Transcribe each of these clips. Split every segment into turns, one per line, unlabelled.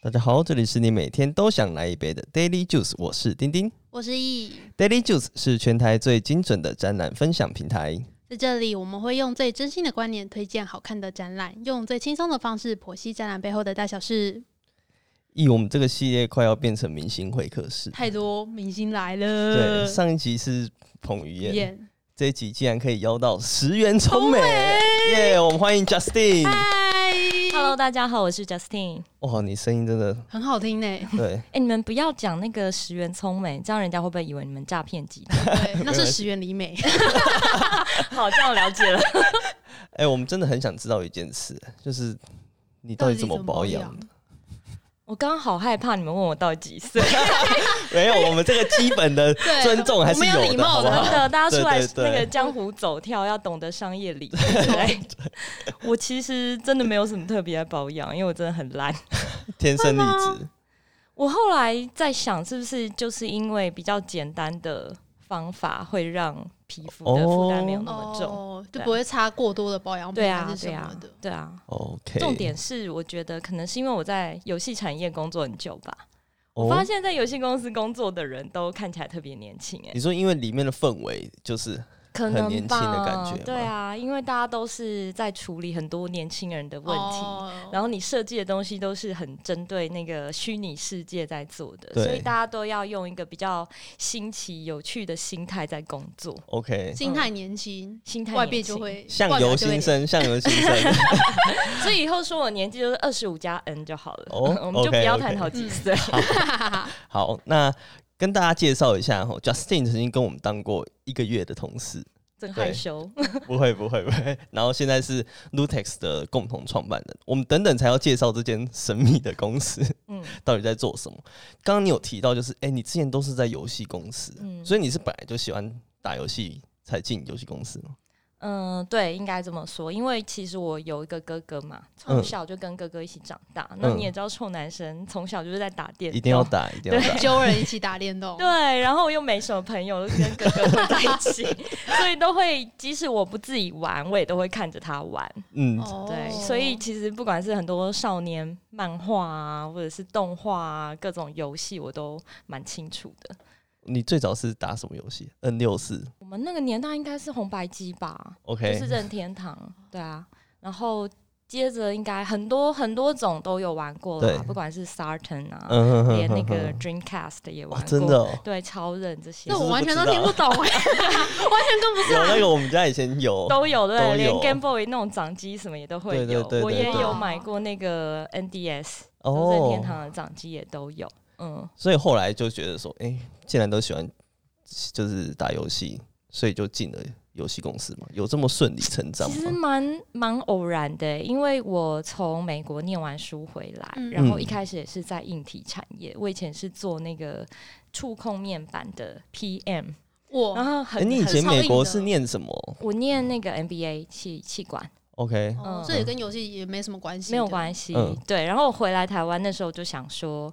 大家好，这里是你每天都想来一杯的 Daily Juice，我是丁丁。
我是易，
Daily Juice 是全台最精准的展览分享平台。
在这里我们会用最真心的观念推荐好看的展览，用最轻松的方式剖析展览背后的大小事。
咦，我们这个系列快要变成明星会客室。
太多明星来了，
对，上一集是彭于晏，
演
这一集竟然可以邀到石原聪美，耶我们欢迎 Justin。
嗨
Hello，大家好，我是 Justin。
哇，你声音真的
很好听呢。
对，
哎、你们不要讲那个石原聪美，这样人家会不会以为你们诈骗集团？
对，那是石原里美。
好，这样了解了。
哎、我们真的很想知道一件事，就是你 到底怎么保养的？
我刚刚好害怕你们问我到底几 岁，
没有，我们这个基本的
对
尊重还是
我们要
有
礼
的，
貌
好不
的
真
好？
的，大家出来
对对对
那个江湖走跳要懂得商业礼仪。对，我其实真的没有什么特别的保养，因为我真的很懒。
天生丽质。
我后来在想，是不是就是因为比较简单的方法会让皮肤的负担没有那么重？
哦，就
对啊
不会擦过多的保养品
对
还
啊
哦是，什
对
么
啊
的。，
对啊。
OK，
重点是，我觉得可能是因为我在游戏产业工作很久吧，
哦
我发现在游戏公司工作的人都看起来特别年轻、哎，
哦你说因为里面的氛围就是
可
很
能
年轻的感
吧
觉？
对啊，因为大家都是在处理很多年轻人的啊问题。
哦
然后你设计的东西都是很针对那个虚拟世界在做的，
对
所以大家都要用一个比较新奇、有趣的心态在工作，
OK，
心态年轻，
心态
外
年
变就
轻。
会
相由心，生，相由心 生。
所以以后说我年纪就是二十五加 N 就好了，
哦
我们就不要
OK，OK
探讨
嗯
几岁。
外表就会
好，那跟大家介绍一下哈，Justin 曾经跟我们当过一个月的同事，
真害羞。
不会不会不会。然后现在是 Lutex 的共同创办人，我们等等才要介绍这间神秘的公司
嗯，
到底在做什么。刚刚你有提到，就是哎、你之前都是在游戏公司，
嗯
所以你是本来就喜欢打游戏才进游戏公司吗？
嗯，对，应该这么说，因为其实我有一个哥哥嘛，
嗯
从小就跟哥哥一起长大。那你也知道，臭男生从小就是在打电动，
一定要打，一定要打。
揪人一起打电动。
对，然后我又没什么朋友，就跟哥哥混在一起，所以都会，即使我不自己玩，我也都会看着他玩。
嗯，
哦
对，所以其实不管是很多少年漫画啊，或者是动画啊，各种游戏，我都蛮清楚的。
你最早是打什么游戏？N 六四
我们那个年代应该是红白机吧？就是
，OK，
任天堂， 对啊。然后接着应该很多很多种都有玩过
对
啦，不管是 Saturn 啊，
嗯哼哼
连那个
哼哼
Dreamcast 也玩
哇，
过，
真的、哦。
对超人这些
那
是
我
不
完全
知
都
道
听不懂，完全跟不
有
上。
那个我们家以前有，
都有
都
对，
有
连 Game Boy 那种掌机什么也都会
对对
有
对，
我
对哦
也
对
有买过那个 NDS，就是任天堂的掌机也都有，嗯。
所以后来就觉得说，哎、既然都喜欢就是打游戏，所以就进了游戏公司嘛，有这么顺理成章
其实
吗？
蛮蛮偶然的，欸因为我从美国念完书回来，
嗯
然后一开始也是在硬体产业，我以前是做那个触控面板的 PM，然
我
后
哎、
很、
你以前
很
美国是念什么
我念那个 MBA 气气管
？OK，
哦
嗯
这也跟游戏也没什么关系，
没有关系，
嗯
对，然后我回来台湾那时候就想说，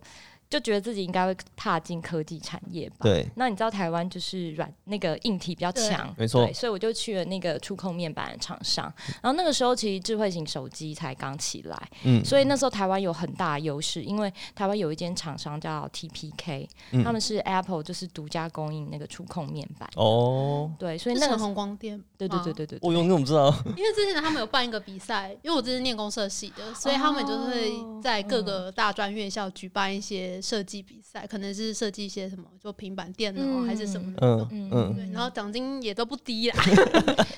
就觉得自己应该会踏进科技产业吧。
对，
那你知道台湾就是软那个硬体比较强，
对没错
对所以我就去了那个触控面板的厂商。然后那个时候其实智慧型手机才刚起来，
嗯，
所以那时候台湾有很大的优势，因为台湾有一间厂商叫 TPK，、
嗯
他们是 Apple 就是独家供应那个触控面板。
哦，
对，所以
是
那
那
个
个
时候
红光店，
对对对，对对对
我用你怎么知道？
因为之前他们有办一个比赛，因为我之前念公社系的，所以他们就会在各
嗯
个大专院校举办一些设计比赛，可能是设计一些什么，就平板电脑啊
嗯
还是什么的。
嗯
嗯
嗯，
对，然后奖金也都不低啦。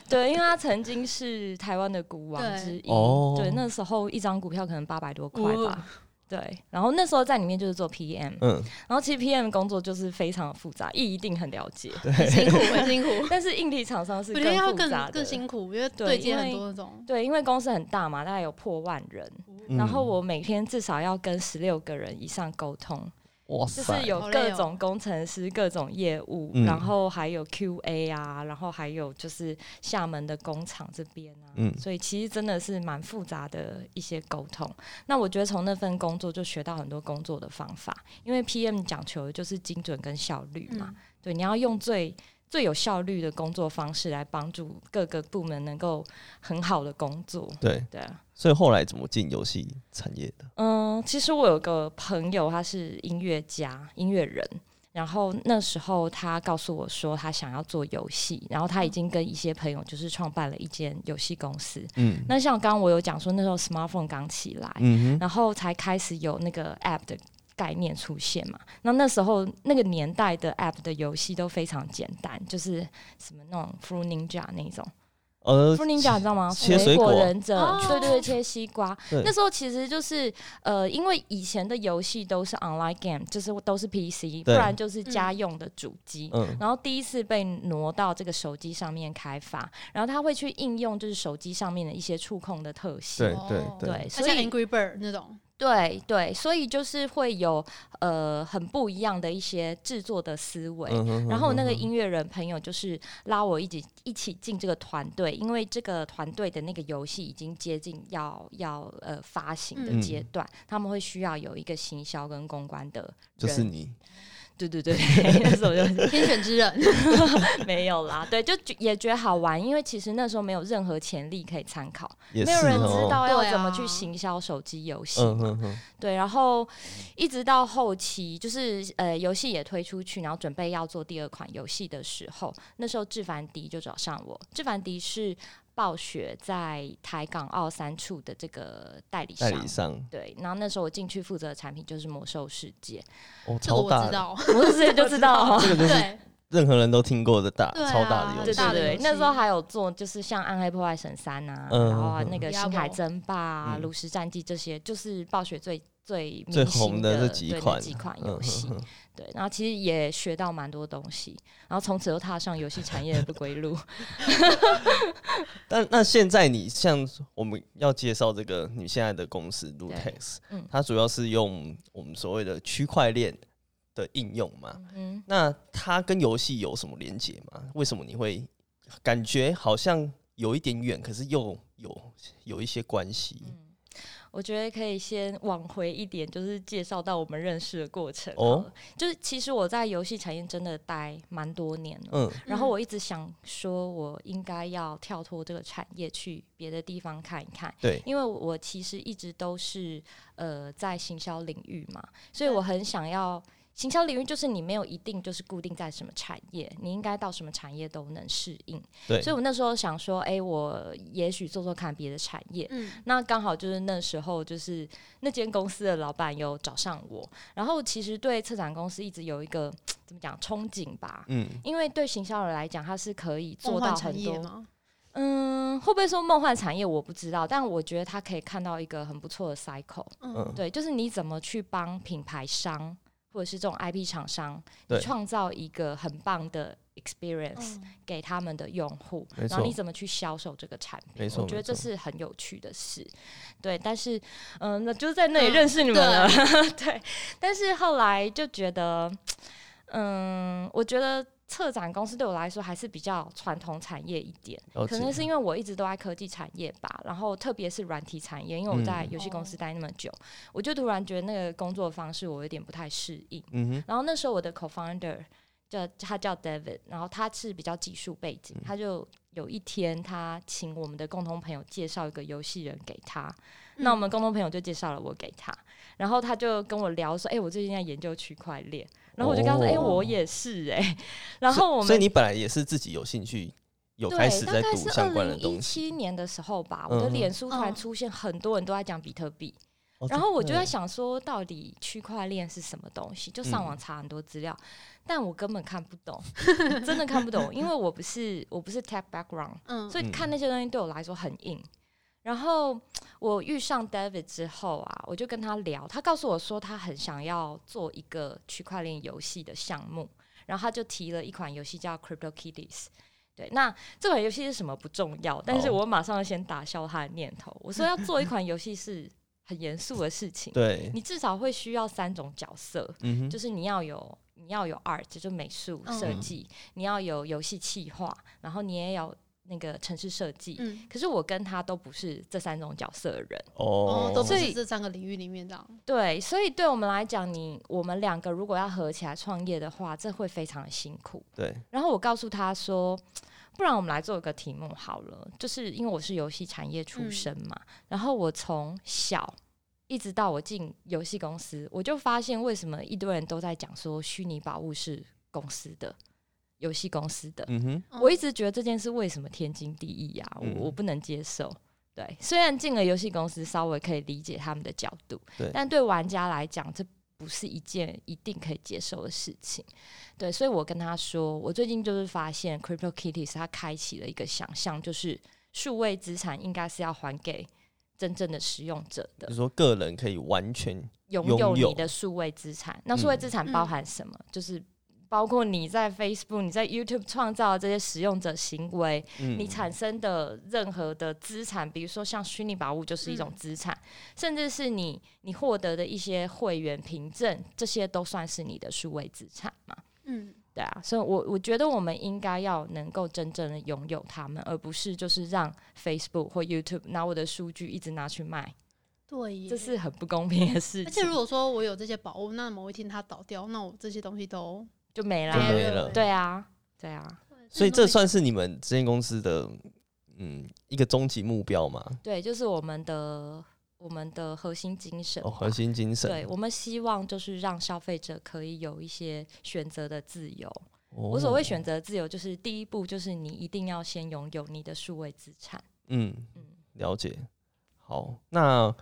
对，因为他曾经是台湾的股王
对
之一，
哦
对，那时候一张股票可能八百多块
哇
吧。对，然后那时候在里面就是做 PM，
嗯，
然后其实 PM 工作就是非常复杂，一一定很了解，
很辛苦，很辛苦。
但是硬体厂商是
我觉得要
复杂
更
的，
更辛苦，因为
对
对接
因
很
为
多那种，
对，因为公司很大嘛，大概有破万人，
嗯
然后我每天至少要跟十六个人以上沟通，
哇
就
塞
是，有
好累
各
哦
种工程师、各种业务，
嗯
然后还有 QA 啊，然后还有就是厦门的工厂这边啊，
嗯
所以其实真的是蛮复杂的一些沟通。那我觉得从那份工作就学到很多工作的方法，因为 PM 讲求的就是精准跟效率嘛，
嗯
对，你要用最最有效率的工作方式来帮助各个部门能够很好的工作。
对，
对啊，
所以后来怎么进游戏产业的？
嗯，其实我有个朋友，他是音乐家、音乐人。然后那时候他告诉我说，他想要做游戏，然后他已经跟一些朋友就是创办了一间游戏公司。
嗯
那像刚刚我有讲说，那时候 smartphone 刚起来，
嗯哼，
然后才开始有那个 app 的概念出现嘛。那那时候那个年代的 app 的游戏都非常简单，就是什么那种 fruit ninja 那种
呃，
fruit ninja 你知道吗？
切水果
果忍者，
哦
对对对，切西瓜。
对
那时候其实就是呃，因为以前的游戏都是 online game，就是都是 PC，不
对
然就是家用的主机。
嗯
然后第一次被挪到这个手机上面开发，然后它会去应用就是手机上面的一些触控的特性，
对对
哦
对
对，
它
所
像
以
Angry Bird 那种，
对对，所以就是会有呃很不一样的一些制作的思维。
嗯哼，
然后那个
嗯
音乐人朋友就是拉我一起一起进这个团队，因为这个团队的那个游戏已经接近要要呃发行的
嗯
阶段，他们会需要有一个行销跟公关的人。
哼就是你，
对 对对，那时候就是
天选之人，
没有啦， 对，就觉也觉得好玩，因为其实那时候没有任何潜力可以参考，
也是
没有人
哦
知道要
对
怎么
啊
去行销手机游戏。
嗯哼哼，
对，然后一直到后期，就是呃，游戏也推出去，然后准备要做第二款游戏的时候，那时候志凡迪就找上我。志凡迪是暴雪在台港澳三处的这个代理
代
商。
理商
对，然后那时候我进去负责的产品就是《魔兽世界
哦，
这个
超
我
大
知
的，
道，》，
我直接就知道哦。
这个就是
对，
任何人都听过的大
对啊
超大的游
对
戏
对，
大的游
对
戏，
那时候还有做，就是像《暗黑破坏神三》啊，
嗯
然后啊
嗯嗯
那个《星
哦
海争霸》啊，
嗯
炉石战记》这些，就是暴雪最最
最
明
红
星
的这
几
几款
几款
嗯
游
哼
戏。
哼
对，然后其实也学到蛮多东西，然后从此又踏上游戏产业的归路。
但那现在你像我们要介绍这个你现在的公司 Lutex，
嗯
它主要是用我们所谓的区块链的应用嘛？
嗯，
那它跟游戏有什么连接吗？为什么你会感觉好像有一点远，可是又有有一些关系？
我觉得可以先往回一点，就是介绍到我们认识的过程。
哦
哦，就是其实我在游戏产业真的待蛮多年了。
嗯
然后我一直想说，我应该要跳脱这个产业，去别的地方看一看。
对，
因为我其实一直都是呃在行销领域嘛，所以我很想要行销领域，就是你没有一定就是固定在什么产业，你应该到什么产业都能适应。
对
所以我那时候想说，哎、我也许做做看别的产业。
嗯，
那刚好就是那时候，就是那间公司的老板有找上我，然后其实对策展公司一直有一个怎么讲憧憬吧，
嗯，
因为对行销人来讲，他是可以
梦
做
幻
到
产
很
业
多
嘛，
嗯，会不会说梦幻产业我不知道，但我觉得他可以看到一个很不错的 cycle。
嗯
嗯，
对，就是你怎么去帮品牌商或者是这种 IP 厂商
对
创造一个很棒的 experience、
嗯
给他们的用户，
没
然后
错
你怎么去销售这个产品？
没错
我觉
没
得这
错
是很有趣的事。对，但是嗯、那就是 在那里
嗯
认识你们
对
了。 对，但是后来就觉得，嗯，我觉得策展公司对我来说还是比较传统产业一点。
了
可能是
解。
因为我一直都在科技产业吧，然后特别是软体产业，因为我在
嗯
游戏公司待那么久，我就突然觉得那个工作方式我有点不太适应。
嗯哼，
然后那时候我的 co-founder 叫他叫 David，然后他是比较技术背
嗯
景，他就有一天他请我们的共同朋友介绍一个游戏人给他，那我们共同朋友就介绍了我给他，然后他就跟我聊说：“哎、我最近在研究区块链。”然后我就跟他说：“哎、
哦
我也是哎、然后我们
所以你本来也是自己有兴趣，有
对，
开始
大
在
概
读
是
相关
二
的
零一
东西。
七年的时候吧，我
嗯
的
哼
脸书突然
嗯
出现很多人都在讲比特币，
哦
然后我就在
真
想说，到底区块链是什么东西？就上
嗯
网查很多资料，但我根本看不懂， 真的看不懂，因为我不是我不是 tech background，
嗯，
所以看那些东西对我来说很硬。然后我遇上 David 之后啊，我就跟他聊，他告诉我说他很想要做一个区块链游戏的项目，然后他就提了一款游戏叫 Crypto Kitties。对，那这款游戏是什么不重要，但是
好
我马上先打消他的念头。我说要做一款游戏是很严肃的事 情，
对，
你至少会需要三种角色，
嗯哼，
就是你要有你要有 art，就美术
嗯
设计，你要有游戏企划，然后你也要那个城市设计，
嗯，
可是我跟他都不是这三种角色的人。
哦，都
哦，
不
所
是
以
这三个领域里面这样。嗯
对，所以对我们来讲，你我们两个如果要合起来创业的话，这会非常的辛苦。
对，
然后我告诉他说，不然我们来做一个题目好了，就是因为我是游戏产业出身嘛，然后我从小一直到我进游戏公司，我就发现为什么一堆人都在讲说虚拟宝物是公司的，游戏公司的，
嗯哼，
嗯
我一直觉得这件事为什么天经地义呀、
嗯
我我不能接受。对，虽然进了游戏公司，稍微可以理解他们的角度
对，
但对玩家来讲，这不是一件一定可以接受的事情。对，所以我跟他说，我最近就是发现 Crypto Kitties 它开启了一个想象，就是数位资产应该是要还给真正的使用者的
就是，说个人可以完全
拥
拥
有
有
你的数位资产。那数位资产包含什么？就是包括你在 Facebook、你在 YouTube 创造的这些使用者行为，
嗯
你产生的任何的资产，比如说像虚拟宝物就是一种资产，甚至是你你获得的一些会员凭证，这些都算是你的数位资产嘛？
嗯，
对啊，所以我我觉得我们应该要能够真正的拥有它们，而不是就是让 Facebook 或 YouTube 拿我的数据一直拿去卖，
对耶，
这是很不公平的事情。
而且如果说我有这些宝物，那某一天它倒掉，那我这些东西都
就没啦，
就没
对
了，
对啊，对啊，
所以这算是你们这间公司的嗯一个终极目标嘛？
对，就是我们的我们的核心精神
哦，
吧、
核心精神。
对，我们希望就是让消费者可以有一些选择的自由。
哦
我所谓选择自由，就是第一步就是你一定要先拥有你的数位资产。
嗯
嗯，
了解。好，那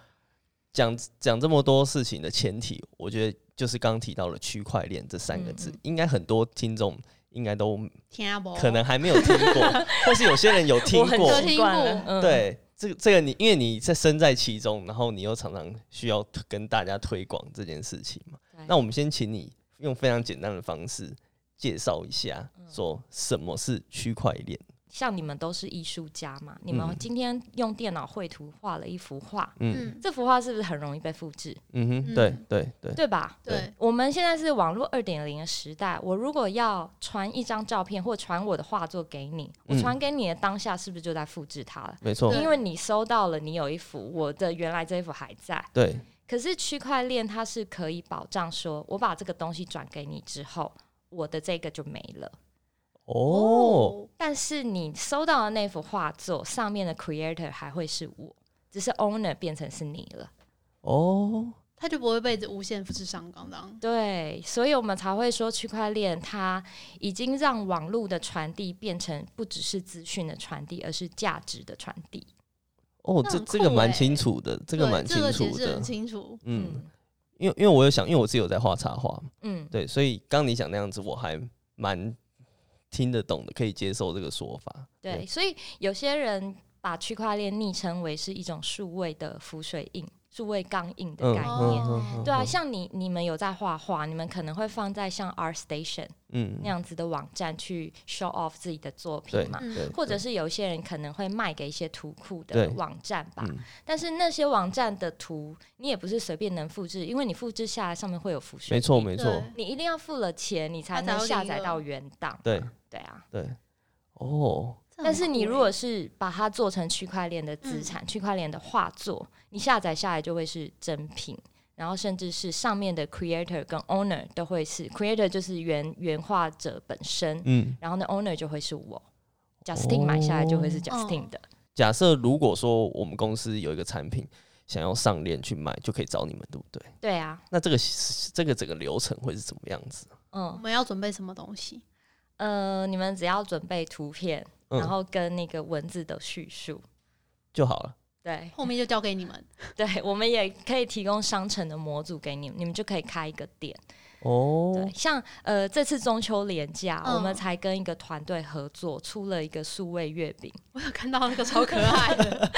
讲讲这么多事情的前提，我觉得就是刚提到了区块链这三个字，
嗯嗯
应该很多听众应该都
天啊，
可能还没有听过， 或是有些人有听
哦我很
过。
多
习惯了
听，
嗯，
对，这个这个你因为你在身在其中，然后你又常常需要跟大家推广这件事情嘛。
对
那我们先请你用非常简单的方式介绍一下，
嗯
说什么是区块链。
像你们都是艺术家嘛，你
嗯
们今天用电脑绘图画了一幅画，
嗯
嗯，
这幅画是不是很容易被复制？
嗯哼，
嗯
对对对，
对吧？
对，
我们现在是网络二点零的时代，我如果要传一张照片或传我的画作给你，我
嗯
传给你的当下是不是就在复制它了？
没错
对，
因为你收到了，你有一幅，我的原来这一幅还在。
对，
可是区块链它是可以保障说，我把这个东西转给你之后，我的这个就没了。
哦，，
但是你收到的那幅画作上面的 creator 还会是我，只是 owner 变成是你了。
哦，
它就不会被无限复制上纲这样。
对，所以我们才会说区块链它已经让网络的传递变成不只是资讯的传递，而是价值的传递。
哦，
那
这
很
这个
酷
蛮
欸
清楚的，这
这
个蛮
这
清
个解
楚
释
的
很，清楚。
嗯，
嗯
因为因为我有想，因为我自己有在画插画，
嗯，
对，所以刚你讲那样子，我还蛮听得懂的，可以接受这个说法。
对，，所以有些人把区块链昵称为是一种数位的浮水印、数位钢印的
嗯
概念。
嗯嗯嗯，
对啊，
嗯
像你你们有在画画，你们可能会放在像 Art Station
嗯
那样子的网站去 show off 自己的作品嘛，
嗯
对，
或者是有一些人可能会卖给一些图库
对
的网站吧。
嗯
但是那些网站的图，你也不是随便能复制，因为你复制下来上面会有浮水
没
印，
错没错，
对
你一定要付了钱，你
它
才
才
能
会
下
给一
载
个
到原档。
对
对啊，
对，哦，
这很
但是你
酷
如
欸嗯
果是把它做成区块链的资产、区块链的画作，你下载下来就会是真品，然后甚至是上面的 creator 跟 owner 都会是 creator 就是原原画者本身，
嗯，
然后呢 owner 就会是我。Justin 买下来就
哦
会是 Justin 的，
假设如果说我们公司有一个产品想要上链去卖，就可以找你们，对不对？
对啊，
那这个这个整个流程会是怎么样子？
欸我
嗯
们要准备什么东西？
呃，你们只要准备图片，
嗯
然后跟那个文字的叙述，
就好了。
对
后面就交给你们。
对，我们也可以提供商城的模组给你们，你们就可以开一个店。
哦
对，，像呃这次中秋连假，
嗯
我们才跟一个团队合作，出了一个数位月饼。
我有看到那个超可爱的，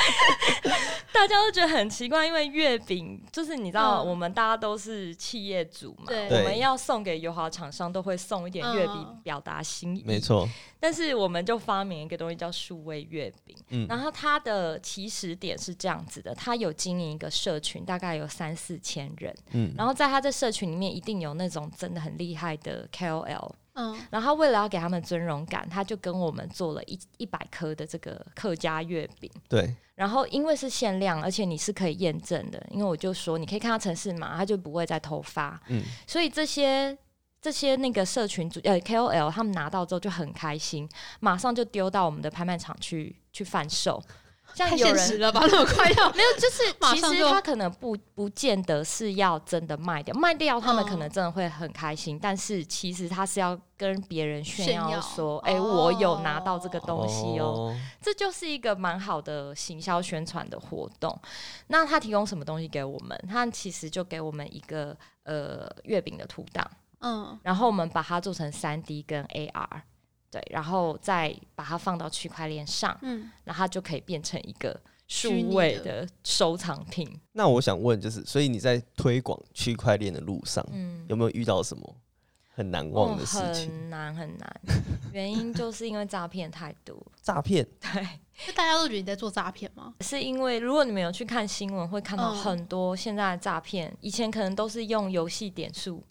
大家都觉得很奇怪，因为月饼就是你知道，
嗯
我们大家都是企业主嘛，
对
我们要送给友好厂商，都会送一点月饼
嗯
表达心意。
没，错，
但是我们就发明一个东西叫数位月饼。
嗯
然后它的起始点是这样子的，它有经营一个社群，大概有三四千人。
嗯
然后在他这社群里面，一定有那种真的很厉害的 KOL，
嗯
然后他为了要给他们尊荣感，他就跟我们做了一一百颗的这个客家月饼。
对，
然后因为是限量，而且你是可以验证的，因为我就说你可以看到城市码，他就不会再偷发。
嗯，
所以这些这些那个社群主呃 KOL 他们拿到之后就很开心，马上就丢到我们的拍卖场去去贩售。像
太
有
现实
人
了吧，那么快要
没有，就是
马
其
上
实
就
他可能不不见得是要真的卖掉，卖掉他们可能
嗯
真的会很开心，但是其实他是要跟别人炫
炫
耀
耀
说，哎、我有拿到这个东西哦
哦，
这就是一个蛮好的行销宣传的活动。那他提供什么东西给我们？他其实就给我们一个呃月饼的图档，
嗯
然后我们把它做成三 D 跟 AR，对，然后再把它放到区块链上，
嗯
那它就可以变成一个
虚拟
数
的
位的收藏品。
那我想问，就是所以你在推广区块链的路上，
嗯，
有没有遇到什么很难忘的事
哦、
情？
很难很难， 原因就是因为诈骗太多。
诈骗、
对，
那大家都觉得你在做诈骗吗？
是因为如果你们有去看新闻，会看到
嗯
很多现在的诈骗，以前可能都是用游戏点数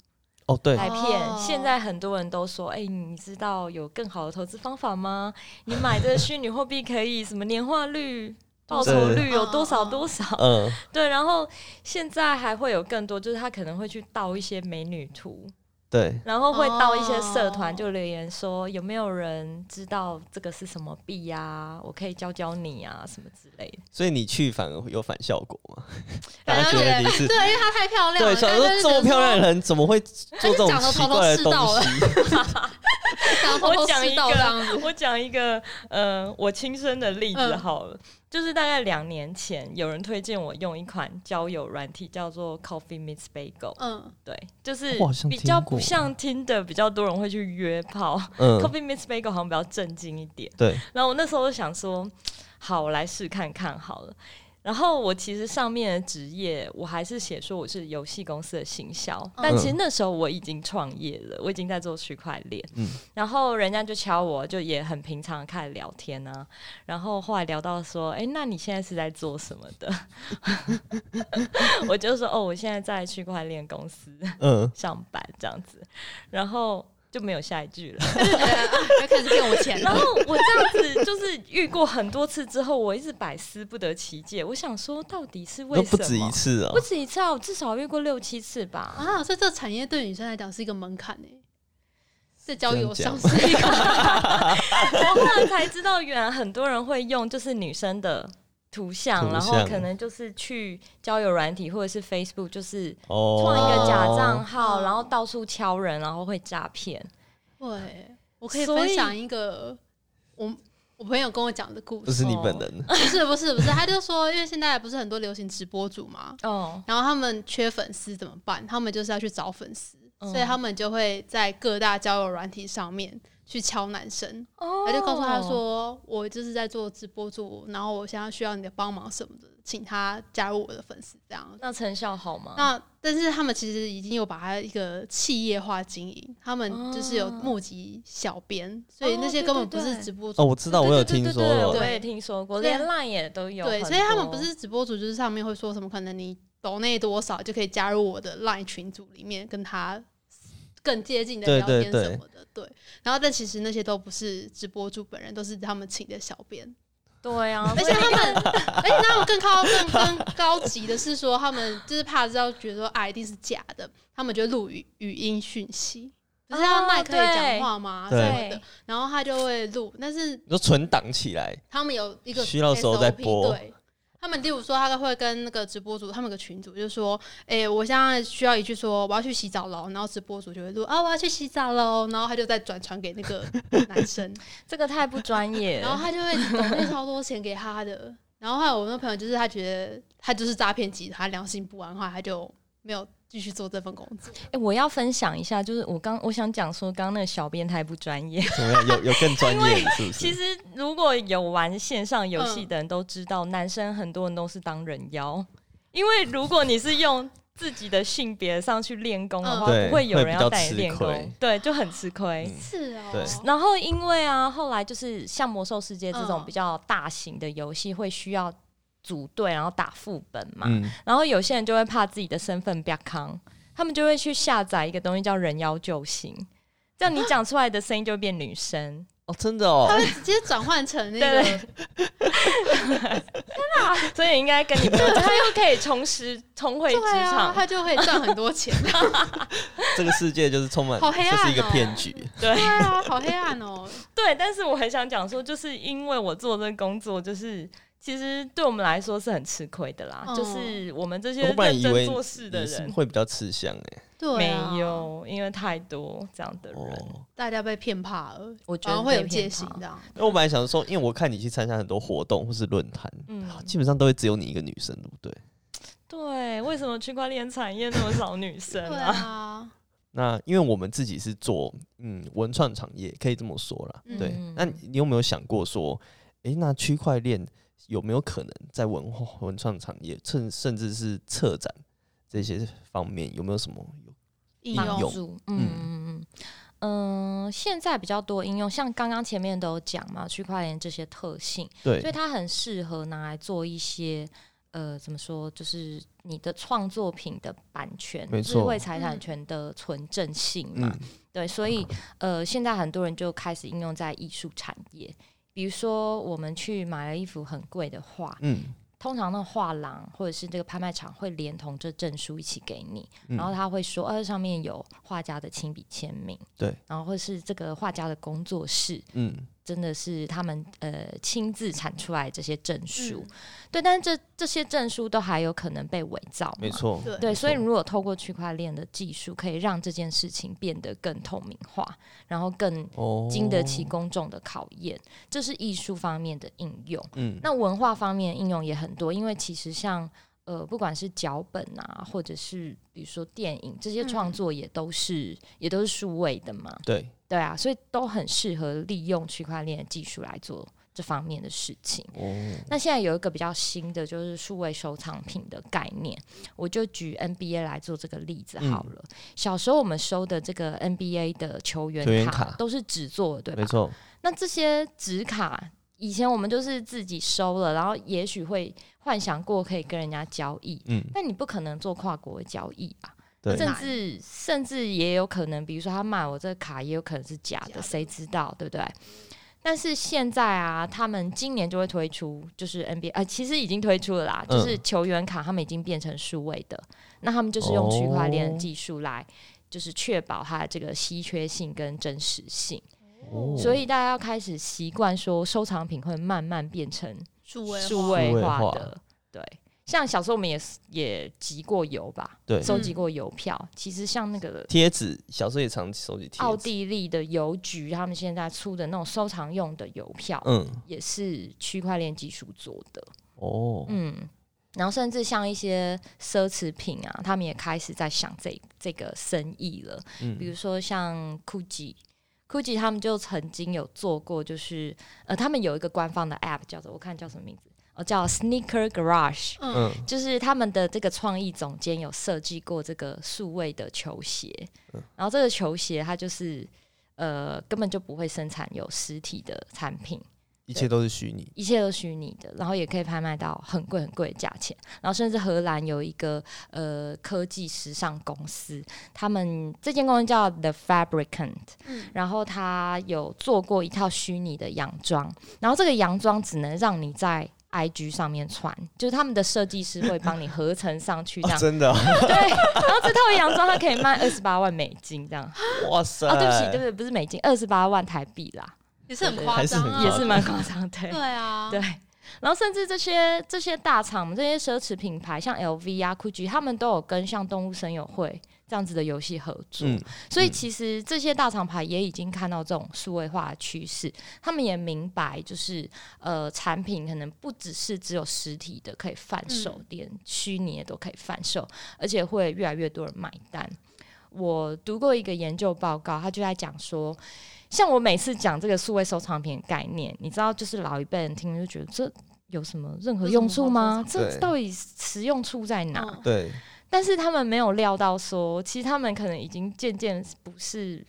哦，对，
来骗，
哦
现在很多人都说，哎、你知道有更好的投资方法吗？你买这个虚拟货币可以什么年化率？报酬率有多少
嗯嗯
多少？
嗯，
对，然后现在还会有更多，就是他可能会去盗一些美女图，
对，
然后会到一些社团
哦
就留言说有没有人知道这个是什么币呀、我可以教教你啊什么之类的。
所以你去反而有反效果嘛？大
大
家
家
觉
觉
得
得
你是
对，因为她太漂亮了，
对，想说
大家
这
就觉
么
得
漂亮的人怎么会做这种
长得
奇
头头
怪的
是
东
道
西？
说，
我
我
讲一
道
个
这样子，
我讲一个呃，我亲身的例
嗯
子好了，就是大概两年前，有人推荐我用一款交友软体，叫做 Coffee Meets Bagel。
嗯
对，就是
我好像
比较
听过
不像听的，比较多人会去约炮。
嗯，
Coffee Meets Bagel 好像比较正经一点。
对，
然后我那时候就想说，好，我来试看看好了。然后我其实上面的职业，我还是写说我是游戏公司的行销，但其实那时候我已经创业了，我已经在做区块链。
嗯
然后人家就敲我，就也很平常地开始聊天啊。然后后来聊到说，哎，那你现在是在做什么的？ 我就说，哦，我现在在区块链公司
嗯，
上班这样子。然后就没有下一句了。
就觉得啊要开始骗我钱
然
了，
后我这样子就是遇过很多次之后，我一直百思不得其解。我想说，到底是为
都
什么？
不止一，次哦
不。止一次啊，我至少遇过六七次吧。
啊，所以这产业对女生来讲是一个门槛诶、在交友
这样
上
讲
是一个门槛，
我后来才知道，原来很多人会用就是女生的图像，
图像
然后可能就是去交友软体或者是 Facebook，就是
哦，
创一个假账号，
哦
然后到处敲人，然后会诈骗。
对，我可以
所以
分享一个我我朋友跟我讲的故
不
事，
是你本人，
不是不是不是，他就说，因为现在不是很多流行直播主嘛，
哦，
然后他们缺粉丝怎么办？他们就是要去找粉丝，
嗯
所以他们就会在各大交友软体上面去敲男生，他就告诉
哦
他说：“我就是在做直播主，然后我现在需要你的帮忙什么的，请他加入我的粉丝这样。
那成效好吗？”
那但是他们其实已经有把它一个企业化经营，他们就是有
哦
募集小编，所以那些
哦对
根本
对
不是
对
直播主
哦，我知道，我有听说
对对对对
了，
我也听说过，
对
连 LINE 也都有很
对，
多。
所以他们不是直播主，就是上面会说什么，可能你抖内多少就可以加入我的 LINE 群组里面，跟他更接近的
对
聊
对
天
对
什么的。对然后但其实那些都不是直播主本人，都是他们请的小编，
对啊，
而且他们，而且他们更高、更更高级的是说，他们就是怕知道，觉得说啊一定是假的，他们就录语语音讯息。不是要麦可以讲话吗？
对
什么的，然后他就会录，但是
你说存档起来，
他们有一个
需要的时候再
SOP
播
对，他们例如说，他都会跟那个直播主，他们有个群主就说：“哎、我现在需要一句说我要去洗澡喽。”然后直播主就会录：“啊，我要去洗澡喽。”然后他就再转传给那个男生，
这个太不专 业
然后
了。
他就会抖那超多钱给他的。 然后还有我那朋友，就是他觉得他就是诈骗集团，他良心不安的话，他就没有继续做这份工作。
哎、我要分享一下，就是我刚我想讲说，刚刚那个小编太不专业。
怎么样？有有更专业的，是不
其
是？
实如果有玩线上游戏的人都知道，男生很多人都是当人妖，因为如果你是用自己的性别上去练功的话，
嗯
对
不会有人要
会比较
带你练
吃亏
功，对，就很吃亏。
嗯
是哦
对
然后因为啊，后来就是像《魔兽世界》这种
嗯
比较大型的游戏，会需要组队然后打副本嘛。
嗯，
然后有些人就会怕自己的身份被康，他们就会去下载一个东西叫人妖救星。这样你讲出来的声音就会变女生。
哦，真的哦
他，会直接转换成那个，
对所以应该跟你朋友，他又可以重拾重回职
对啊，
场，
他就会赚很多 钱。
这个世界就是充满，
好黑暗
这
哦
是一个骗局。
对啊，好黑暗哦。
对。但是我很想讲说，就是因为我做这个工作，就是其实对我们来说是很吃亏的啦，
嗯
就是我们这些
我本来
认
以为
真做事的
你是
人。
会比较吃香哎、
对、啊，
没，有，因为太多这样的人，
哦。
大家被骗怕了，
我
然后会有戒心这样。
因为我本来想说，因为我看你去参加很多活动或是论坛，
嗯，
基本上都会只有你一个女生，对不对？
对，为什么区块链产业那么少女生
对
啊？
啊，
那因为我们自己是做嗯文创产业，可以这么说啦。
嗯
对，那你有没有想过说，诶，那区块链有没有可能在文化文创产业，甚甚至是策展这些方面，有没有什么有
应
应
用
用
助，嗯嗯嗯。嗯、现在比较多应用，像刚刚前面都有讲嘛，区块链这些特性，所以
对？
它很适合拿来做一些呃，怎么说，就是你的创作品的版权、
没
智
错
慧财产权的纯正性嘛。
嗯，
对，所以呃，现在很多人就开始应用在艺术产业，比如说我们去买了一幅很贵的画，
嗯，
通常那画廊或者是这个拍卖场会连同这证书一起给你，
嗯
然后他会说，呃，上面有画家的亲笔签名，
对，
然后或是这个画家的工作室，
嗯，
真的是他们呃亲自产出来这些证书，
嗯
对，但是这这些证书都还有可能被伪造嘛，
没错，
对
对，
没
所以
错
如果透过区块链的技术，可以让这件事情变得更透明化，然后更
哦
经得起公众的考验，这是艺术方面的应用。
嗯，
那文化方面的应用也很多，因为其实像呃，不管是脚本啊，或者是比如说电影这些
嗯
创作，也都是、也都是数位的嘛，
对，
对啊，所以都很适合利用区块链的技术来做这方面的事情。
哦，
那现在有一个比较新的，就是数位收藏品的概念，我就举 NBA 来做这个例子
嗯
好了。小时候我们收的这个 NBA 的球员
球员
卡
卡
都是纸做的，对
哦
吧
没？错，
那这些纸卡，以前我们就是自己收了，然后也许会幻想过可以跟人家交易，
嗯，
但你不可能做跨国交易啊。
对，
甚至甚至也有可能，比如说他买我这个卡，也有可能是假
假
的，
的
谁知道，对不对？但是现在啊，他们今年就会推出，就是 NBA，呃，其实已经推出了啦，
嗯
就是球员卡，他们已经变成数位的，那他们就是用区块链的
哦
技术来，就是确保它的这个稀缺性跟真实性，
哦
所以大家要开始习惯说，收藏品会慢慢变成
数位
数
化
位
数位
化
化
的，对。像小时候我们也是也集过邮吧，
对
收集过邮票。其实像那个
贴纸，小时候也常收集贴
奥
纸，
地利的邮局，他们现在出的那种收藏用的邮票，
嗯，
也是区块链技术做的。
哦，
嗯，然后甚至像一些奢侈品啊，他们也开始在想这这个生意了。
嗯
比如说像 Gucci，Gucci 他们就曾经有做过，就是呃，他们有一个官方的 App 叫做我看叫什么名字，哦，叫 Sneaker Garage。
嗯
嗯，
就是他们的这个创意总监有设计过这个数位的球鞋，然后这个球鞋它就是呃根本就不会生产有实体的产品，
一切都是虚拟，
一切都虚拟的，然后也可以拍卖到很贵很贵的价钱。然后甚至荷兰有一个呃科技时尚公司，他们这间公司叫 The Fabricant，、
嗯
然后他有做过一套虚拟的洋装，然后这个洋装只能让你在 IG 上面穿，就是他们的设计师会帮你合成上去 这
哦
样。
真的哦，
对，然后这套洋装它可以卖二十八万美金这样。
哇塞，
哦，对不起，对不起，不是美金，二十八万台币啦，
也是很夸张啊，
还
也是蛮夸张的。
对啊，
对，然后甚至这些这些大厂、这些奢侈品牌，像 LV 啊、GUCCI，他们都有跟像动物森友会这样子的游戏合作。
嗯，
所以其实这些大厂牌也已经看到这种数位化的趋势，他们也明白，就是呃，产品可能不只是只有实体的可以贩售，
嗯
连虚拟的都可以贩售，而且会越来越多人买单。我读过一个研究报告，他就在讲说，像我每次讲这个数位收藏品的概念，你知道，就是老一辈人听就觉得这有什么任何
有什么
用处吗？
藏
这
对
到底实用处在哪？
嗯
对，
但是他们没有料到说，其实他们可能已经渐渐不是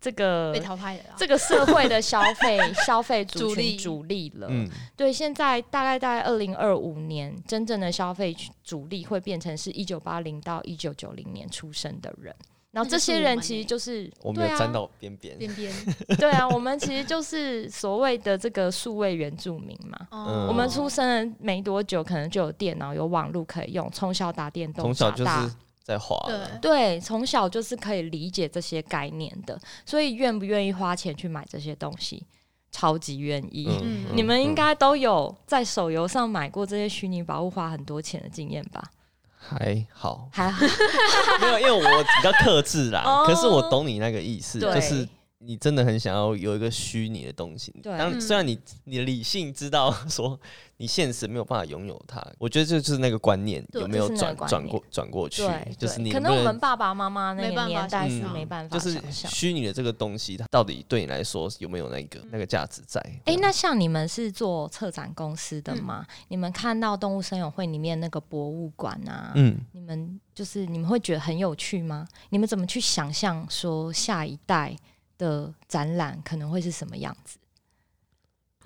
这个
被淘汰了啊，
这个社会的消费 消费族
主力
群主力了。
嗯，
对，现在大概在二零二五年，真正的消费主力会变成是一九八零到一九九零年出生的人。然后
那
这
就是
些
我
人
们
其实
欸
就是
我没有
对啊
沾到边边，
边边，
对啊，我们其实就是所谓的这个数位原住民嘛。
嗯
我们出生了没多久，可能就有电脑、有网络可以用，从小打电动，
从小就
长
是
大
在滑了，
对，
对，从小就是可以理解这些概念的，所以愿不愿意花钱去买这些东西，超级愿意。
嗯
嗯
你们应该都有在手游上买过这些虚拟宝物，花很多钱的经验吧？，
还好
还好，
没有，因为我比较克制啦
哦。
可是我懂你那个意思，
对，
就是你真的很想要有一个虚拟的东西。
对
当
嗯
虽然你你的理性知道说你现实没有办法拥有它，我觉得这就是那个观念
对
有没有
就是那
转
个观
转
念
过转过去
对，，
就是
对
你
可
有
能
没
我
有
们爸爸妈妈那
没
个
办法
年代是
想
没办法
嗯就是
想象。嗯
虚拟的这个东西，它到底对你来说有没有那个那个价值在？
哎、
嗯
那像你们是做策展公司
嗯
的吗？你们看到动物森友会里面那个博物馆啊，
嗯，
你们就是你们会觉得很有趣吗？你们怎么去想象说下一代的展览可能会是什么样子？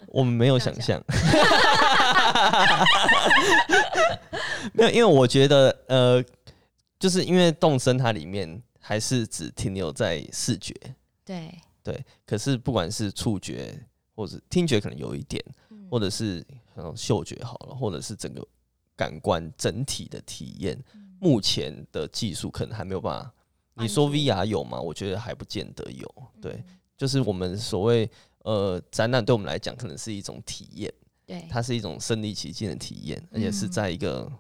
我们没有想象， 没有，因为我觉得呃，就是因为动森它里面还是只停留在视觉，
对，
对，可是不管是触觉或者听觉可能有一点，
嗯
或者是嗯嗅觉好了，或者是整个感官整体的体验，
嗯
目前的技术可能还没有办法。你
满
说
足
VR 有吗？我觉得还不见得有。对，
嗯
就是我们所谓呃展览，对我们来讲可能是一种体验，
对，
它是一种身临其境的体验，而且是
哎嗯
在一个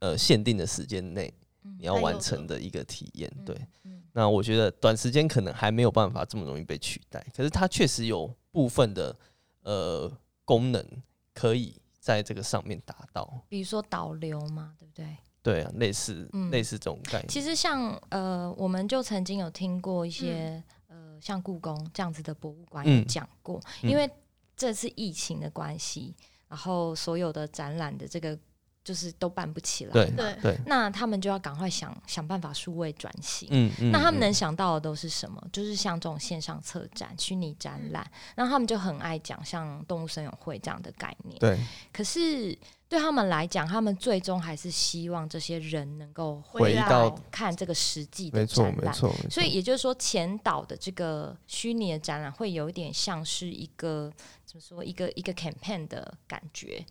呃限定的时间内
嗯
你要
它有
完
的
成的一个体验。对，
嗯
那我觉得短时间可能还没有办法这么容易被取代，可是它确实有部分的呃功能可以在这个上面达到。
比如说导流嘛，对不对？
对啊，类似、
嗯
类似这种概念。
其实像呃，我们就曾经有听过一些、呃，像故宫这样子的博物馆有
嗯
讲过，
嗯
因为这次疫情的关系，然后所有的展览的这个就是都办不起来，
对
对
对，
那他们就要赶快想想办法数位转型。
嗯嗯
那他们
嗯
能想到的都是什么？就是像这种线上策展、虚拟展览，然后他们就很爱讲像动物森友会这样的概念。
对
可是对他们来讲，他们最终还是希望这些人能够
回
来
到
看这个实际的
没错
展
没
览。
错，没
所以
错
也就是说，前导的这个虚拟的展览会有一点像是一个怎么说一个一个 campaign 的感觉，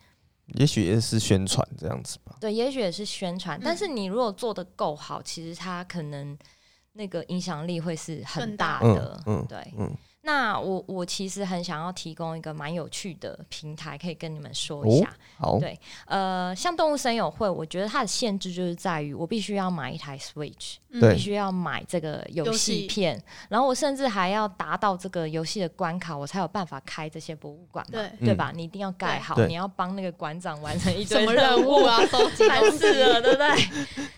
也许也是宣传这样子吧。
对，也许也是宣传，
嗯
但是你如果做的够好，其实它可能那个影响力会是很
更
大
大
的，
嗯嗯
对，
嗯
那我我其实很想要提供一个蛮有趣的平台，可以跟你们说一下。
好，
对呃，像动物森友会，我觉得它的限制就是在于我必须要买一台 Switch，
嗯
对
必须要买这个游
游
戏
戏
片，然后我甚至还要达到这个游戏的关卡，我才有办法开这些博物馆嘛，
对，
对吧？你一定要盖
对
好，
嗯对
你要帮那个馆长完成一
什
堆
么任务啊，收集
烦
东西
死了，对不对？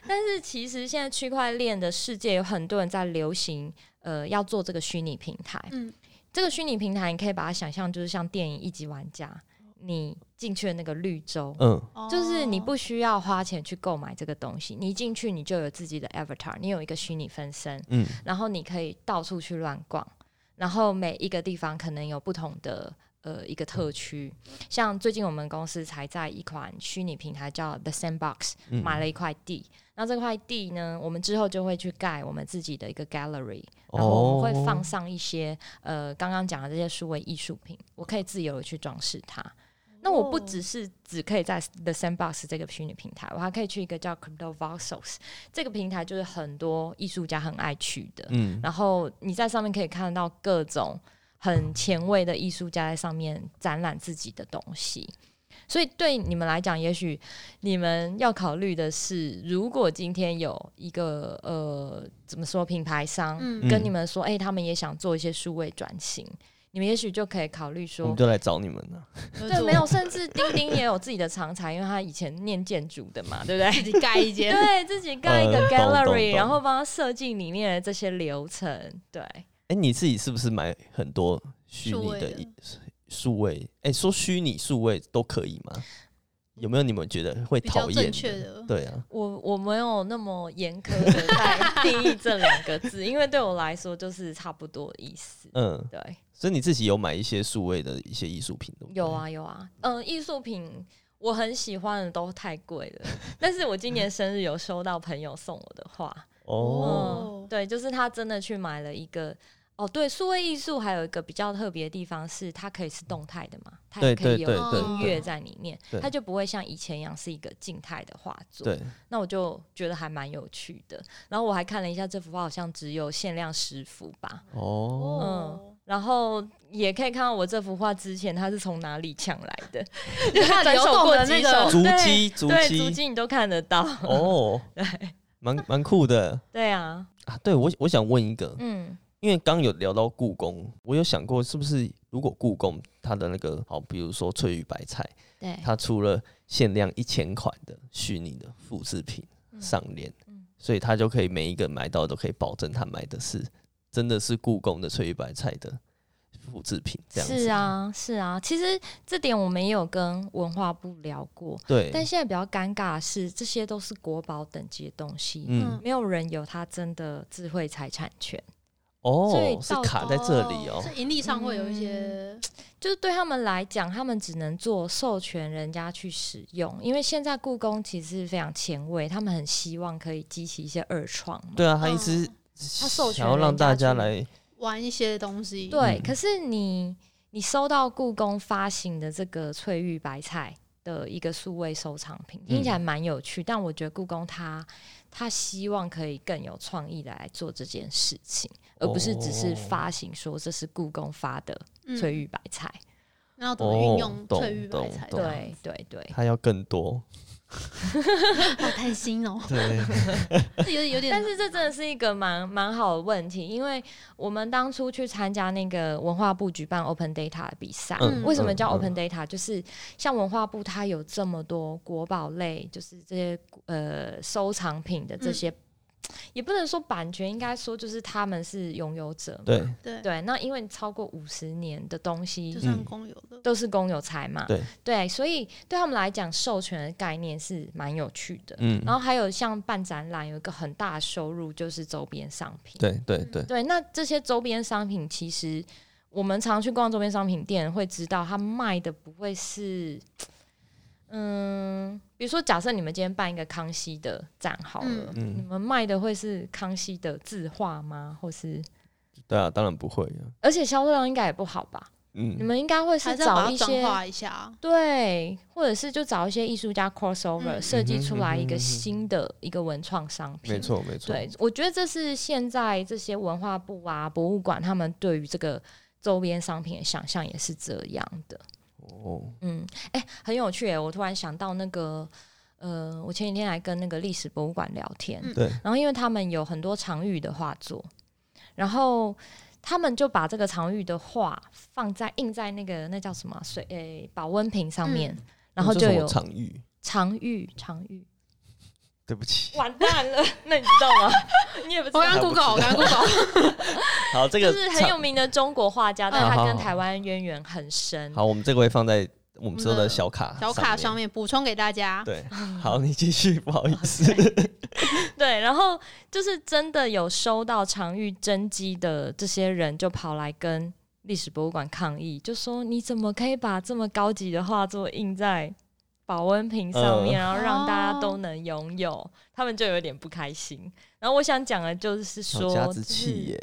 但是其实现在区块链的世界有很多人在流行，呃，要做这个虚拟平台。
嗯，
这个虚拟平台你可以把它想象就是像电影《一级玩家》，你进去的那个绿洲。
嗯？
就是你
哦
不需要花钱去购买这个东西，你一进去你就有自己的 avatar，你有一个虚拟分身，
嗯
然后你可以到处去乱逛，然后每一个地方可能有不同的呃一个特区，像最近我们公司才在一款虚拟平台叫 The Sandbox
嗯，
买了一块地，那这块地呢，我们之后就会去盖我们自己的一个 gallery，然后我们会放
哦
上一些、呃刚刚讲的这些数位艺术品，我可以自由的去装饰它。那我不
哦
只是只可以在 The Sandbox 这个虚拟平台，我还可以去一个叫 Crypto Voxels 这个平台，就是很多艺术家很爱去的。
嗯
然后你在上面可以看到各种很前卫的艺术家在上面展览自己的东西。所以对你们来讲，也许你们要考虑的是，如果今天有一个呃，怎么说品牌商、
嗯
跟你们说，哎、他们也想做一些数位转型，你们也许就可以考虑
我们
说。
就来找你们了。
对，没有，甚至钉钉也有自己的长才，因为他以前念建筑的嘛，对不对？
自己盖一间，
对自己盖一个
呃懂懂
gallery，、
懂
然后帮他设计里面的这些流程，对。
哎，你自己是不是买很多虚拟的
数位的
一数位？哎，说虚拟数位都可以吗？有没有你们觉得会
比较
讨
正
厌？
确的，
对啊，
我我没有那么严苛的在定义这两个字，因为对我来说就是差不多的意思。
嗯，
对，
所以你自己有买一些数位的一些艺术品的？
有，啊有啊，嗯、艺术品我很喜欢的都太贵了，但是我今年生日有收到朋友送我的画，
哦，
哦
嗯对，就是他真的去买了一个。哦，对，数位艺术还有一个比较特别的地方是，它可以是动态的嘛，它
对
也可
对
以有
对
对
音乐在里面
对，
它就不会像以前一样是一个静态的画作。
对，
那我就觉得还蛮有趣的。然后我还看了一下，这幅画好像只有限量十幅吧。
哦，
哦，
然后也可以看到我这幅画之前它是从哪里抢来的，
看
转
流
手
动
过
的
几
那
手
个
足
对
迹，足
对，足
迹，
迹你都看得到。
哦，蛮蛮酷的
对啊，
啊。对我我想问一个，
嗯，
因为刚有聊到故宫，我有想过是不是如果故宫它的那个好，比如说翠玉白菜，
对，
哎
它出了限量一千款的虚拟的复制品
嗯
上链，
嗯
所以他就可以每一个买到都可以保证他买的是真的是故宫的翠玉白菜的复制品，这样子
是，啊，是啊。其实这点我们也有跟文化部聊过，
对，
但现在比较尴尬的是，这些都是国宝等级的东西，
嗯，
没有人有它真的智慧财产权。所以
哦，是
到
卡在这里哦，
是盈利上会有一些
就是对他们来讲，他们只能做授权人家去使用，因为现在故宫其实非常前卫，他们很希望可以激起一些二创嘛。
对啊，他一直
嗯
想
授权
要让
人家
大家
去
来，
玩一些东西，
对，
嗯
可是你你收到故宫发行的这个翠玉白菜的一个数位收藏品，听起来蛮有趣，但我觉得故宫它它希望可以更有创意的来做这件事情，而不是只是
哦
发行说这是故宫发的
嗯
翠玉白菜。
那要怎么运
哦
用
懂
翠玉白菜？
懂
对对对，
他要更多，
好贪心哦，
对，
这有有点，
但是这真的是一个蛮蛮好的问题，因为我们当初去参加那个文化部举办 Open Data 的比赛，
嗯
为什么
嗯
叫
嗯
Open Data？、就是像文化部它有这么多国宝类，就是这些呃收藏品的这些，也不能说版权，应该说就是他们是拥有者嘛。
对，
对，
对，那因为你超过五十年的东西，
就
嗯
算公有的，
都是公有财嘛，
对
所以对他们来讲，授权的概念是蛮有趣的。
嗯，
然后还有像办展览，有一个很大的收入就是周边商品。
对对对，
对那这些周边商品，其实我们常去逛周边商品店，会知道它卖的不会是，嗯，比如说假设你们今天办一个康熙的展好了，
嗯
你们卖的会是康熙的字画吗？或是
对啊，当然不会啊，
而且销售量应该也不好吧？你
嗯，
们应该会
还
是
是要把
找
它
一
转
些
化一下，
对，或者是就找一些艺术家 crossover
嗯
设计出来一
嗯哼嗯哼嗯
个
哼
新的一个文创商品。
没，错没错，
对，我觉得这是现在这些文化部啊、博物馆他们对于这个周边商品的想象也是这样的。
哦，
嗯，哎、很有趣、欸，我突然想到那个，呃，我前几天来跟那个历史博物馆聊天，
嗯
对，
然后因为他们有很多常玉的画作，然后他们就把这个常玉的画放在印在那个那叫什么啊水诶、保温瓶上面，然后
这
就是
我
有
场域，
常玉常玉，
对不起，
完蛋了， 那你知道吗？你也不知
我
道
刚。刚 Google，我刚刚 Google，
好，这
就
个
是很有
场
名的中国画家，但
好
他
好
跟
好
台湾渊源很深。
好，我们这个会放在我们之后
我们
的
的
小卡
小卡上
面，
面补充给大家，
对，好，你继续， 不好意思，
嗯 哦 对，然后就是真的有收到常玉真迹的这些人，就跑来跟历史博物馆抗议，就说你怎么可以把这么高级的画作印在保温瓶
嗯
上面，然后让大家都能拥有？他们就有点不开心。然后我想讲的就是
小
说，
家之
就是
气耶，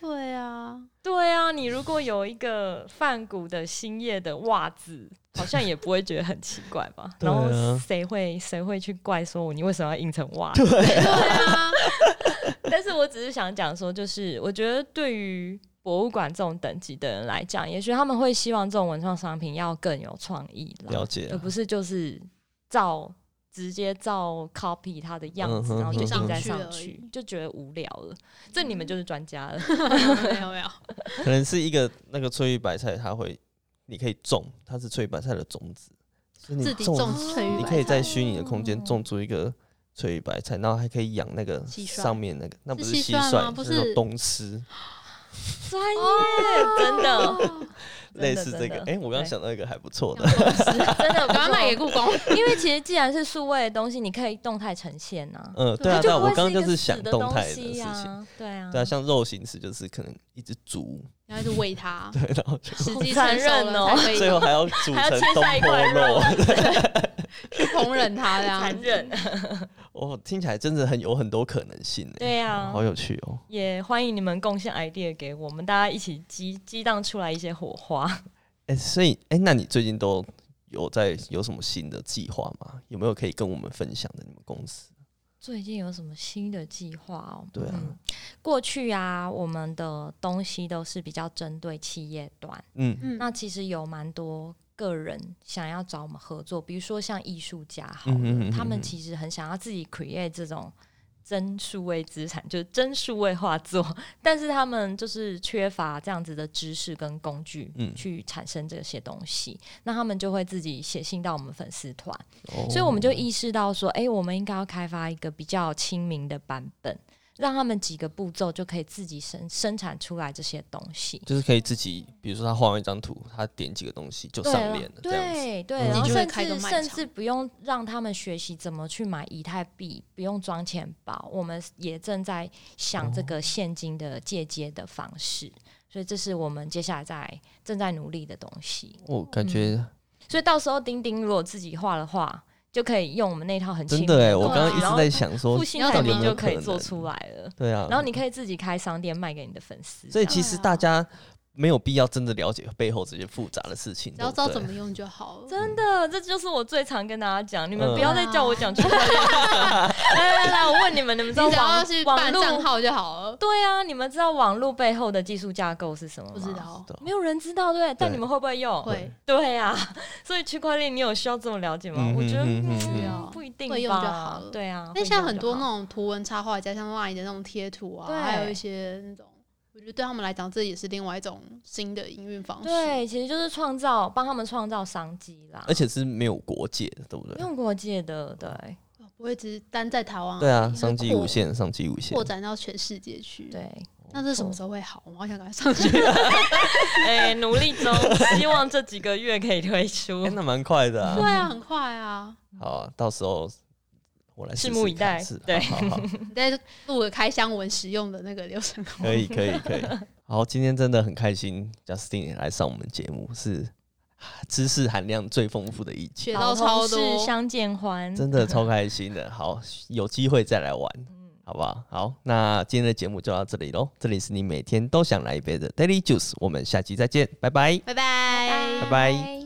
对啊，
对啊，你如果有一个泛古的新叶的袜子，好像也不会觉得很奇怪吧？
对
然
啊
后谁会谁会去怪说你为什么要印成袜子？
对啊，
但是我只是想讲说，就是我觉得对于博物馆这种等级的人来讲，也许他们会希望这种文创商品要更有创意
了
啦，
解
而
啊，
不是就是照直接照 copy 它的样子，
嗯哼
然后
嗯
就
哼
印在
印
上
上去
去
而已，嗯
就觉得无聊了。这你们就是专家 了，
没有没有，
可能是一个那个翠玉白菜，它会，你可以种，它是翠玉白菜的种子，所以你
自己
种，
种翠玉
你
白
可以
菜
在虚拟的空
哦
间种出一个。翠玉白菜，然后还可以养那个
蟋蟀
上面那个，那不
是
是
蟋
蟋
蟀吗不
是那种
是
东 施，
专业哦真的。
哦
类似这个。
真的
哎，我刚刚
对
想到一个还不错的，
真的，
我刚刚卖给故 宫，
因为其实既然是数位的东西，你可以动态呈现呐、
嗯，对
它
啊，对啊，
就不
我
会
刚刚
一个
就是
死
想
的
动态
东
的事
西
情。
啊，对啊，
对啊，像肉形式就是可能一只煮，
然后就喂它，
对， 然后就
时机
好残
成熟
忍哦
了才可以
最后还 要煮
还要
成
切
东
下一
坡
块肉
肉，
去烹饪它这样
残
子，
忍。
哦，听起来真的很有很多可能性呢，
对啊呀、
好有趣哦。
也欢迎你们贡献 idea 给我们，大家一起激激荡出来一些火花。
哎、所以哎、那你最近都有在有什么新的计划吗？有没有可以跟我们分享的？你们公司
最近有什么新的计划哦？
对啊
嗯过去啊，我们的东西都是比较针对企业端，
嗯
嗯
那其实有蛮多个人想要找我们合作，比如说像艺术家好了，
嗯嗯嗯
他们
嗯
其实很想要自己 create 这种真数位资产， 就是真数位画作， 但是他们就是缺乏这样子的知识跟工具
嗯
去产生这些东西，那他们就会自己写信到我们粉丝团，
哦
所以我们就意识到说，诶，我们应该要开发一个比较亲民的版本。让他们几个步骤就可以自己生生产出来这些东西，
就是可以自己，比如说他画完一张图，他点几个东西就
对啊
上链了，这样子。
对对，
嗯
然后
你就会
甚
开个
至
卖
甚
场
至不用让他们学习怎么去买以太币，不用装钱包，我们也正在想这个
哦
现金的借接的方式。所以这是我们接下来在正在努力的东西，
我哦感觉
所以到时候丁丁如果自己画的话，就可以用我们那套很
真
亲
的
民
哎、
的
我
东
刚刚
西
一
然
直
后
在想说
复，兴
要
产
怎么
品就可以
可
做
能
出来了，
对啊，
然后你嗯可以自己开商店卖给你的粉丝。
所以
这样
其实
对啊
大家没有必要真的了解背后这些复杂的事情，
只要
对
知道
不对
怎么用就好了。
真的，这就是我最常跟大家讲，你们
嗯
不要再叫我讲区 块链。来来来，我问你们，你们
你只
知道
要
网
去
网
办账
络？
号就好了。
对啊，你们知道网络背后的技术架构是什么吗？
不知，道
对啊
没有人知道，对不对？但你们会不会用？
会
对啊，所以区块链你有需要这么了解吗
嗯？
我觉得
嗯嗯嗯
嗯
嗯
不一定
会用就好
吧
了。
对啊，
那
会用就
像
好
很多那种图文插画家，像 LINE 的那种贴图啊，
对
还有一些那种，我觉得对他们来讲，这也是另外一种新的营运方式。
对，其实就是创造帮他们创造商机啦
而，且是没有国界的，对不对
不？用国界的，对
不会只是单在台湾而已，
对啊，
它
商机
嗯扩
无限，商机无限
扩。展到全世界去。，
对。
那这什么时候会好？我好想赶快上去。
哎、努力 中，希望这几个月可以推出
哎、。那蛮快的、
对
啊。
啊， 很快啊！
好啊，到时候我来试试
拭目以
看
待
是
对
好好好
你在录个开箱文使用的那个流程好吗
可以，可以，可以。好，今天真的很开心，Justin 也来上我们节目，是知识含量最丰富的一集，
学到超多。
是相见欢，
真的超开心的。好，有机会再来玩，好不好？好，那今天的节目就到这里喽。这里是你每天都想来一杯的 Daily Juice，我们下期再见，拜拜。
拜拜
拜拜。